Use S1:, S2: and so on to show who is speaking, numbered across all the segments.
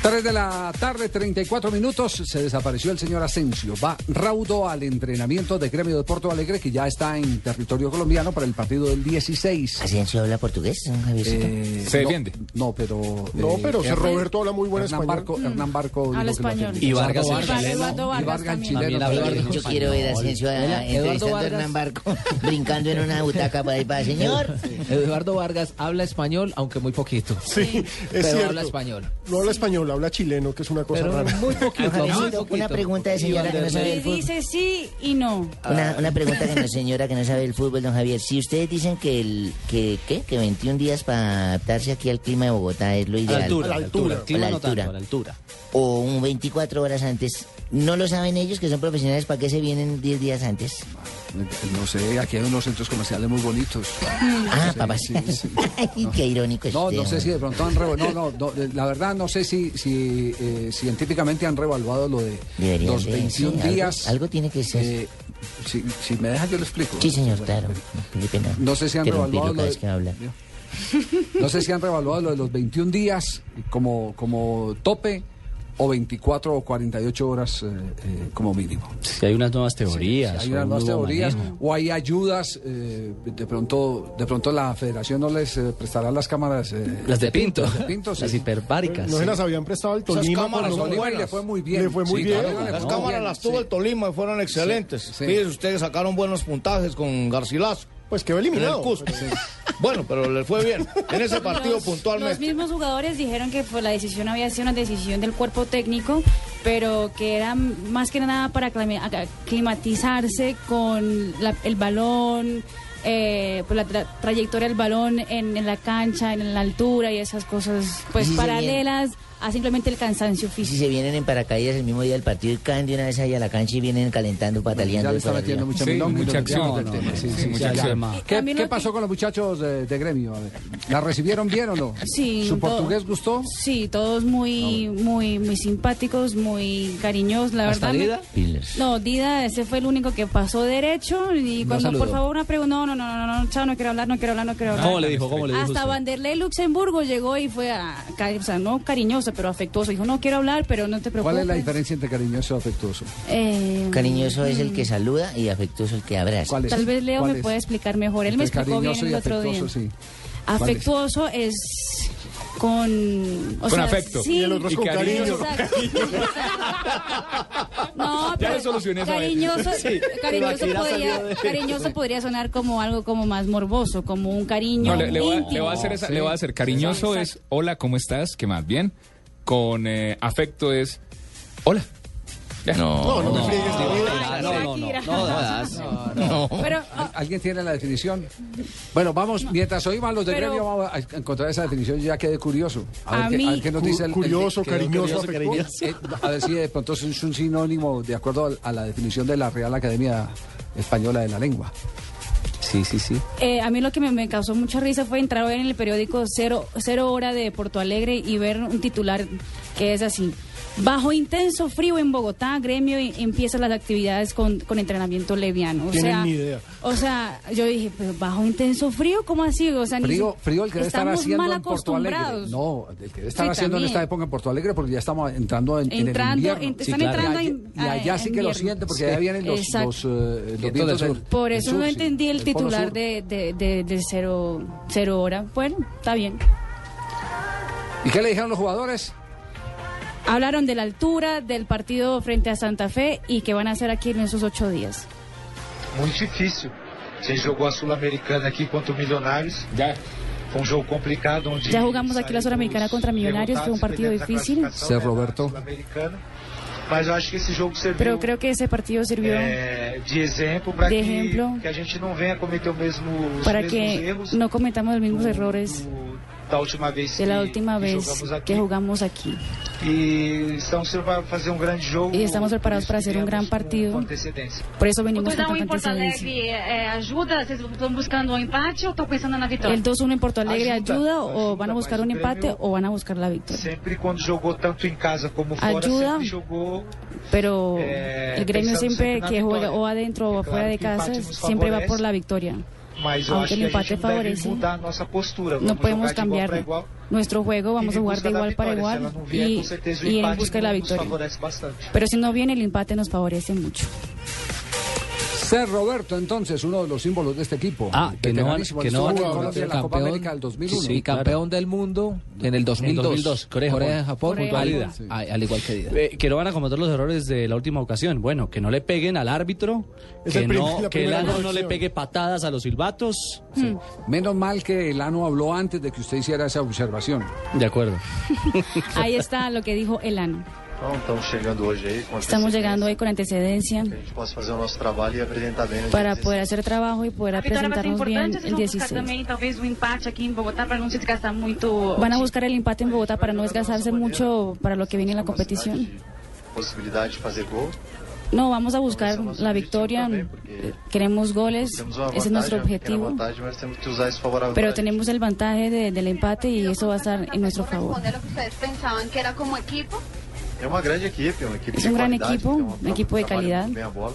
S1: 3 de la tarde, 34 minutos, se desapareció el señor Asensio. Va raudo al entrenamiento de Gremio de Porto Alegre, que ya está en territorio colombiano para el partido del 16.
S2: ¿Asensio habla portugués, don Javiercito?
S1: Eh,
S3: Se defiende.
S1: No, no, pero...
S4: No,
S1: eh,
S4: pero si
S1: Hernán-
S4: Roberto habla muy buen
S1: Hernán
S4: español.
S1: Barco, Hernán Barco... dijo que lo
S5: español.
S1: atendía.
S5: Y
S6: Vargas,
S1: Eduardo
S6: el
S5: chileno.
S1: Y
S5: Eduardo
S1: Vargas, el
S5: Vargas
S1: chileno.
S6: también.
S1: también.
S6: También habla
S2: Yo quiero ver a Asensio a-
S6: Hola, Eduardo
S2: entrevistando a
S6: Vargas.
S2: Hernán Barco, brincando en una butaca para ir para señor.
S6: Eduardo Vargas habla español, aunque muy poquito.
S4: Sí, es
S6: Pero
S4: cierto.
S6: habla español.
S4: No habla español, habla chileno, que es una cosa
S6: Pero
S4: rara.
S6: muy Ah, poquito,
S2: Don
S6: muy
S2: Javiercito,
S6: poquito.
S2: una pregunta de señora que no sabe
S5: Y
S2: del fútbol.
S5: dice sí y no.
S2: Una, una pregunta que no, señora que no sabe del fútbol, don Javier. Si ustedes dicen que el que, ¿qué? que 21 días para adaptarse aquí al clima de Bogotá es lo
S6: A la
S2: ideal,
S6: altura,
S4: A la
S6: a la altura.
S4: altura.
S6: clima
S2: A la
S6: no tanto,
S2: altura.
S6: a la altura.
S2: o un 24 horas antes, ¿no lo saben ellos que son profesionales? ¿Para qué se vienen 10 días antes?
S1: No sé, aquí hay unos centros comerciales muy bonitos.
S2: Ah,
S1: Sí,
S2: papá.
S1: sí, sí.
S2: Ay, qué irónico este es
S1: No,
S2: usted,
S1: no sé
S2: hombre.
S1: si de pronto han revaluado. No, no, no, eh, la verdad no sé si, si eh, científicamente han revaluado lo de
S2: Deberían
S1: los
S2: de,
S1: 21
S2: sí, algo-
S1: días.
S2: algo tiene que ser.
S1: Eh, si, si me deja, yo lo explico.
S2: Sí, señor, claro. Felipe, no.
S1: No sé si han
S2: Interrumpirlo
S1: revaluado.
S2: cada
S1: lo de-
S2: vez que habla.
S1: No sé si han revaluado lo de los 21 días como, como tope o 24 o 48 horas eh, eh, como mínimo.
S6: Si hay unas nuevas teorías.
S1: Hay unas nuevas teorías o hay ayudas. eh, de pronto de pronto la federación no les eh, prestará las cámaras. eh,
S6: Las de Pinto.
S1: Las de Pinto, sí.
S6: Las hiperbáricas.
S4: no se las habían prestado al Tolima. pues
S1: Bueno,
S4: por lo
S1: Bolívar
S4: menos.
S1: le fue muy bien.
S4: Le fue muy
S1: Sí,
S4: bien.
S1: claro, le
S7: Las
S1: fue muy
S7: cámaras
S1: bien,
S7: las tuvo
S1: sí.
S7: el Tolima y fueron excelentes.
S1: sí.
S7: Fíjense, ustedes sacaron buenos puntajes con Garcilaso.
S4: Pues quedó
S7: En el
S4: eliminado.
S7: Cusco. Bueno, pero les fue bien. En ese partido
S5: Los- Los
S7: puntualmente.
S5: mismos jugadores dijeron que pues, la decisión había sido una decisión del cuerpo técnico, pero que era más que nada para aclami- ac- aclimatizarse con la- el balón, eh, pues, la tra- trayectoria del balón en, en la cancha, en la altura y esas cosas pues
S2: Sí, sí,
S5: paralelas a simplemente el cansancio
S2: Y si
S5: físico.
S2: se vienen en paracaídas el mismo día del partido y caen de una vez ahí a la cancha y vienen calentando,
S1: Ya
S2: pataleando.
S1: le
S2: por
S1: está
S2: arriba.
S1: metiendo mucha
S3: Sí,
S1: milonga y
S3: mucha
S1: lo-
S3: acción
S1: no,
S3: del
S1: no,
S3: tema,
S1: no,
S3: sí,
S1: sí, sí,
S6: mucha
S1: ya.
S6: acción.
S1: ¿Qué,
S5: También
S1: qué
S5: lo que-
S1: pasó con los muchachos de, de gremio? A ver, ¿La recibieron bien o no?
S5: Sí,
S1: ¿Su
S5: todo.
S1: portugués gustó?
S5: Sí, todos muy, muy, muy simpáticos, muy cariñosos, la
S6: ¿Hasta
S5: verdad. me-
S6: Dida?
S2: Pilas.
S5: No, Dida, ese fue el único que pasó derecho y
S6: No
S5: cuando
S6: saludó.
S5: por favor una pregunta, no, no, no, no, no, no, chao, no quiero hablar, no quiero hablar, no quiero hablar.
S6: ¿Cómo le dijo? ¿Cómo le dijo?
S5: Hasta
S6: usted?
S5: Vanderlei Luxemburgo llegó y fue, a, ca- o sea, no cariñoso, pero afectuoso. Dijo, no quiero hablar, pero no te preocupes.
S1: ¿Cuál es la diferencia entre cariñoso y afectuoso?
S5: Eh,
S2: Cariñoso es el que saluda y afectuoso el que abraza.
S1: ¿Cuál es?
S5: Tal vez Leo
S1: ¿Cuál
S5: me
S1: es?
S5: puede explicar mejor. Él me
S1: Entre
S5: explicó bien
S1: cariñoso y
S5: el otro día.
S1: afectuoso, sí.
S5: Afectuoso es con... o
S3: Con
S5: sea,
S3: afecto.
S5: sí,
S4: Y el otro es
S3: Y
S4: con cariño.
S3: cariño.
S5: Exacto. No,
S3: Ya
S5: pero
S3: le solucioné esa
S5: cariñoso,
S3: vaina. Sí,
S5: cariñoso,
S3: Shakira
S5: podría,
S3: salió de-
S5: cariñoso podría sonar como algo como más morboso, como un cariño
S3: No, le, le voy a, le voy a hacer
S5: íntimo.
S3: esa-
S1: Sí.
S3: le voy a hacer cariñoso
S5: Exacto.
S3: es hola, ¿cómo estás? Que más bien. Con eh, afecto es hola. Ya.
S4: No, no me friegues.
S6: No,
S4: David.
S6: no, no, no, no, no, jodas.
S5: Pero, ah,
S1: ¿Alguien tiene la definición? Bueno, vamos, mientras hoy van los de
S5: Pero-
S1: gremio, vamos a encontrar esa definición. Yo ya quedé curioso. A, ver,
S5: A
S1: qué, a
S5: mí-
S1: ver qué nos dice el. el-
S4: Curioso,
S1: quedó
S4: cariñoso, afectuoso.
S1: Eh, a ver si de pronto es un, es un sinónimo de acuerdo al- a la definición de la Real Academia Española de la Lengua.
S6: Sí, sí, sí.
S5: eh, a mí lo que me, me causó mucha risa fue entrar hoy en el periódico Cero, Cero Hora de Porto Alegre y ver un titular que es así. Bajo intenso frío en Bogotá, gremio y- empieza las actividades con, con entrenamiento leviano. O
S4: Tienen
S5: sea,
S4: ni idea.
S5: O sea, yo dije, pero bajo intenso frío, ¿cómo así? O sea, ni
S1: Frío,
S5: si-
S1: frío el que debe estar
S5: estamos
S1: haciendo
S5: mal
S1: en Porto Alegre.
S5: acostumbrados.
S1: No, el que debe estar
S5: Sí,
S1: haciendo en
S5: también.
S1: esta época en Porto Alegre porque ya estamos entrando en, en
S5: Entrando,
S1: el invierno.
S5: ent- Sí, están claro. entrando en-
S1: y allá, y allá
S5: a-
S1: sí que lo
S5: invierno.
S1: siente porque
S5: Sí.
S1: allá vienen los,
S5: Exacto.
S1: los, eh, los
S6: Vientos
S1: vientos
S6: del
S1: del
S6: sur.
S5: Por
S1: del
S5: eso
S1: sur,
S5: no
S1: sí,
S5: entendí el
S1: del polo
S5: titular
S1: sur.
S5: de, de, de, de cero, cero hora. Bueno, está bien.
S1: ¿Y qué le dijeron los jugadores?
S5: Hablaron de la altura del partido frente a Santa Fe y que van a hacer aquí en esos ocho días.
S8: Muito difícil. A gente jogou a Sul-Americana aqui contra o Milionários.
S3: Ya.
S8: Foi um jogo complicado. Onde
S5: Ya jugamos aquí la Suramericana contra Millonarios, fue un partido difícil.
S1: Ser Roberto.
S8: Mas eu acho que esse jogo serviu
S5: Pero creo que ese partido sirvió
S8: eh, de exemplo para
S5: De
S8: que,
S5: ejemplo.
S8: que a gente não venha cometer o mesmo, os
S5: para
S8: mesmos
S5: que
S8: erros
S5: no cometamos los mismos
S8: do-
S5: errores
S8: do- da última vez que,
S5: la última
S8: que
S5: vez
S8: jogamos aqui.
S5: que jogamos aquí.
S8: E estamos para fazer um grande jogo.
S5: Y estamos preparados para hacer un gran partido. Por eso venimos con
S9: Então, em
S5: tanta
S9: Porto
S5: antecedencia.
S9: Alegre, eh, é, ajuda? Vocês estão buscando um empate ou estão pensando na vitória?
S5: El 2-1 en Porto Alegre
S9: Ajuda,
S5: ayuda o van a buscar un empate o van a buscar la victoria.
S8: Sempre quando jogou tanto em casa como fora,
S5: Ajuda.
S8: sempre jogou
S5: Pero
S8: Eh,
S5: el gremio
S8: pensando
S5: siempre
S8: siempre en la
S5: que juega
S8: victoria.
S5: o adentro o afuera de
S8: que el
S5: casa
S8: empate nos
S5: siempre va
S8: favorece.
S5: por la victoria.
S8: Mas eu
S5: Aunque
S8: acho
S5: el
S8: que a
S5: empate
S8: gente não deve
S5: favorece,
S8: mudar a nossa postura.
S5: no
S8: Vamos
S5: podemos
S8: jogar de igual para
S5: cambiar
S8: igual.
S5: nuestro juego, vamos a
S8: em
S5: jugar de
S8: busca da
S5: igual
S8: vitória.
S5: para
S8: Se
S5: igual
S8: ela não vier,
S5: y,
S8: com certeza, o
S5: y en
S8: empate
S5: busca de la
S8: nos
S5: victoria.
S8: favorece bastante.
S5: Pero si no viene el empate nos favorece mucho.
S1: Ser Roberto, entonces, uno de los símbolos de este equipo.
S6: Ah, que no van,
S1: Veteranísimo,
S6: que no van
S1: estuvo
S6: a
S1: en Colombia en la Copa América del 2001.
S6: Sí, campeón del mundo en el 2002.
S1: 2002,
S6: Corea,
S1: Corea,
S6: Japón,
S1: Japón,
S6: al,
S1: Corea, Japón.
S6: al- al igual que Dida. Eh, que no van a cometer los errores de la última ocasión. Bueno, que no le peguen al árbitro,
S1: Es
S6: que,
S1: el prim-
S6: no,
S1: la
S6: que el
S1: primera
S6: árbitro no
S1: corrección.
S6: le pegue patadas a los silbatos.
S1: Menos mal que Elano habló antes de que usted hiciera esa observación.
S6: De acuerdo.
S5: Ahí está lo que dijo Elano.
S10: Então, estamos chegando hoje
S11: eh,
S10: aí com
S11: este
S5: Estamos
S10: antecedência,
S5: llegando hoy con antecedencia
S10: que a gente possa fazer o nosso trabalho e apresentar bem. no
S5: para
S10: dia
S5: poder hacer trabajo y poder
S9: A vitória vai ser
S5: presentarnos bien
S9: importante, vocês
S5: el
S9: vão buscar
S5: 16.
S9: também talvez um empate aqui em Bogotá para não se desgastar muito.
S5: Van a buscar el empate en Bogotá para no desgastarse mucho para lo que viene en la competición.
S10: 16, Possibilidade de fazer gol.
S5: No, vamos a buscar la victoria. eh, Queremos goles,
S10: Temos uma vantagem,
S5: ese es nuestro
S10: uma pequena
S5: objetivo.
S10: vantagem, mas temos que usar isso favoravelmente.
S5: Pero tenemos el vantaje de- del empate y eso va a estar en nuestro favor.
S12: ¿Corresponde a lo que ustedes pensaban que era como equipo?
S10: É uma grande equipe, uma equipe
S5: Es
S10: de
S5: un gran
S10: qualidade,
S5: equipo,
S10: que tem um
S5: un equipo de
S10: trabalho muito
S5: calidad
S10: bem a bola.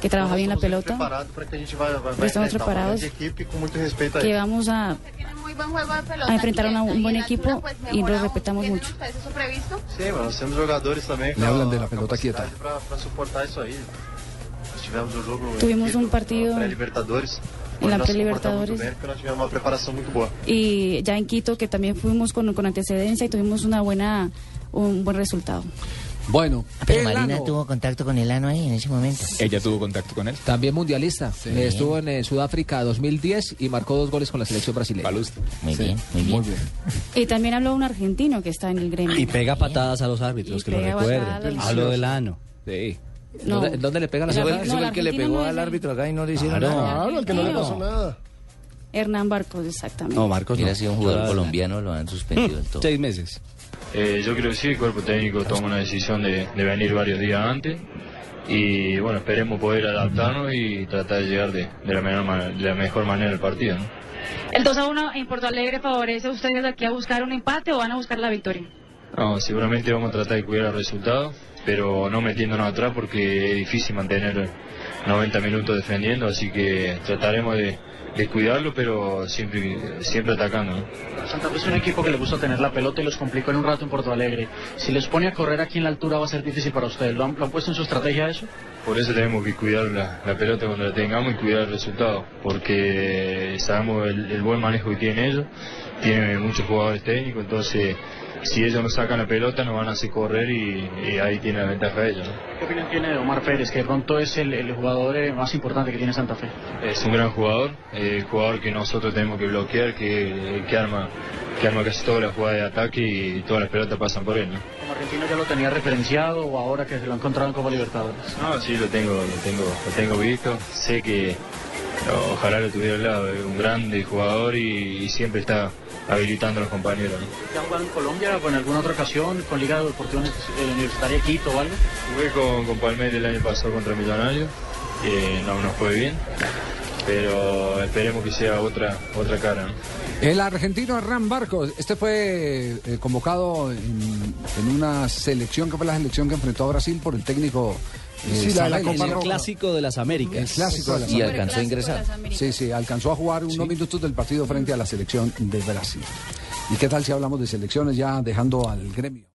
S5: que trabaja bien la pelota,
S10: Preparado para que a gente vai, vai, vai
S5: Estamos
S10: enfrentar uma
S5: preparados.
S10: grande equipe com muito respeito a
S5: que
S10: isso.
S5: vamos a,
S12: Muy buen juego de pelota.
S5: a enfrentar a una- un buen
S12: Y en altura,
S5: equipo
S12: pues,
S5: y lo
S12: mejora
S5: respetamos
S12: ¿Tienen
S5: mucho.
S12: ustedes eso previsto?
S10: Sim, mas nós temos jogadores também
S1: Me hablan
S10: a
S1: de la pelota quieta.
S10: capacidade pra- pra suportar isso aí. Nós tivemos um jogo em
S5: tuvimos
S10: equipe,
S5: un partido
S10: na Libertadores.
S5: en la
S10: nós suportamos muito
S5: Libertadores
S10: bem porque nós tivemos uma preparação muito boa.
S5: y ya en Quito que también fuimos con, con antecedencia y tuvimos una buena un buen resultado.
S1: Bueno,
S2: Pero
S5: el
S2: Marina
S5: ano.
S2: tuvo contacto con el ano ahí en ese momento.
S3: Ella tuvo contacto con él.
S6: También mundialista. Eh, Estuvo en eh, Sudáfrica 2010 y marcó dos goles con la selección brasileña.
S2: Muy bien, muy
S6: bien.
S5: Y también habló un argentino que está en el gremio.
S6: Y pega patadas a los árbitros,
S5: Y
S6: que lo
S5: pega patadas a
S6: recuerden.
S5: los
S6: Hablo del ano. Sí.
S5: No.
S6: ¿Dónde, dónde le pega la
S7: Ese fue,
S6: patada?
S7: ese fue el que le pegó al árbitro acá y no le hicieron
S6: Claro.
S7: nada.
S5: Claro, el que no le Argentino. pasó
S7: nada.
S5: Hernán Barcos, exactamente.
S7: Hubiera sido un jugador
S2: colombiano, lo han suspendido
S1: Mm,
S2: del todo.
S6: Seis meses.
S11: Eh, yo creo que sí, el cuerpo técnico toma una decisión de, de venir varios días antes y bueno, esperemos poder adaptarnos y tratar de llegar de, de la, menor ma- de la mejor manera al partido. ¿no?
S9: El 2 a 1 en Porto Alegre favorece a ustedes aquí a buscar un empate o van a buscar la victoria.
S11: No, seguramente vamos a tratar de cuidar el resultado, pero no metiéndonos atrás porque es difícil mantener 90 minutos defendiendo, así que trataremos de, de cuidarlo, pero siempre, siempre atacando. ¿no?
S13: Santa Fe es un equipo que le gusta tener la pelota y los complicó en un rato en Porto Alegre. Si les pone a correr aquí en la altura va a ser difícil para ustedes. ¿Lo han, lo han puesto en su estrategia eso?
S11: Por eso tenemos que cuidar la, la pelota cuando la tengamos y cuidar el resultado, porque sabemos el, el buen manejo que tienen ellos, tienen muchos jugadores técnicos, entonces si ellos no sacan la pelota nos van a hacer correr y, y ahí tiene la ventaja ellos. ¿no?
S13: ¿Qué opinión tiene de Omar Pérez, que de pronto es el, el jugador eh, más importante que tiene Santa Fe?
S11: Es un gran jugador, eh, el jugador que nosotros tenemos que bloquear, que, que arma que arma casi todas las jugadas de ataque y todas las pelotas pasan por él. ¿no?
S13: ¿Como argentino ya lo tenía referenciado o ahora que se lo ha encontrado en Copa Libertadores?
S11: No, sí, lo tengo, lo tengo, lo tengo visto. Sé que o- ojalá lo tuviera al lado. Es un grande jugador y, y siempre está habilitando a los compañeros. ¿no?
S13: ¿Ya ha jugado en Colombia o en alguna otra ocasión con Liga Deportiva eh, Universitaria Quito o algo?
S11: Jugué con, con Palmeiras el año pasado contra Millonarios. eh, no nos fue bien, pero esperemos que sea otra, otra cara. ¿no?
S1: El argentino Hernán Barcos, este fue eh, convocado en, en una selección que fue la selección que enfrentó a Brasil por el técnico. eh, Samelio.
S6: el clásico de las Américas.
S1: El clásico de las Américas. Sí, sí, alcanzó a jugar unos minutos del partido frente a la selección de Brasil. ¿Y qué tal si hablamos de selecciones ya dejando al gremio?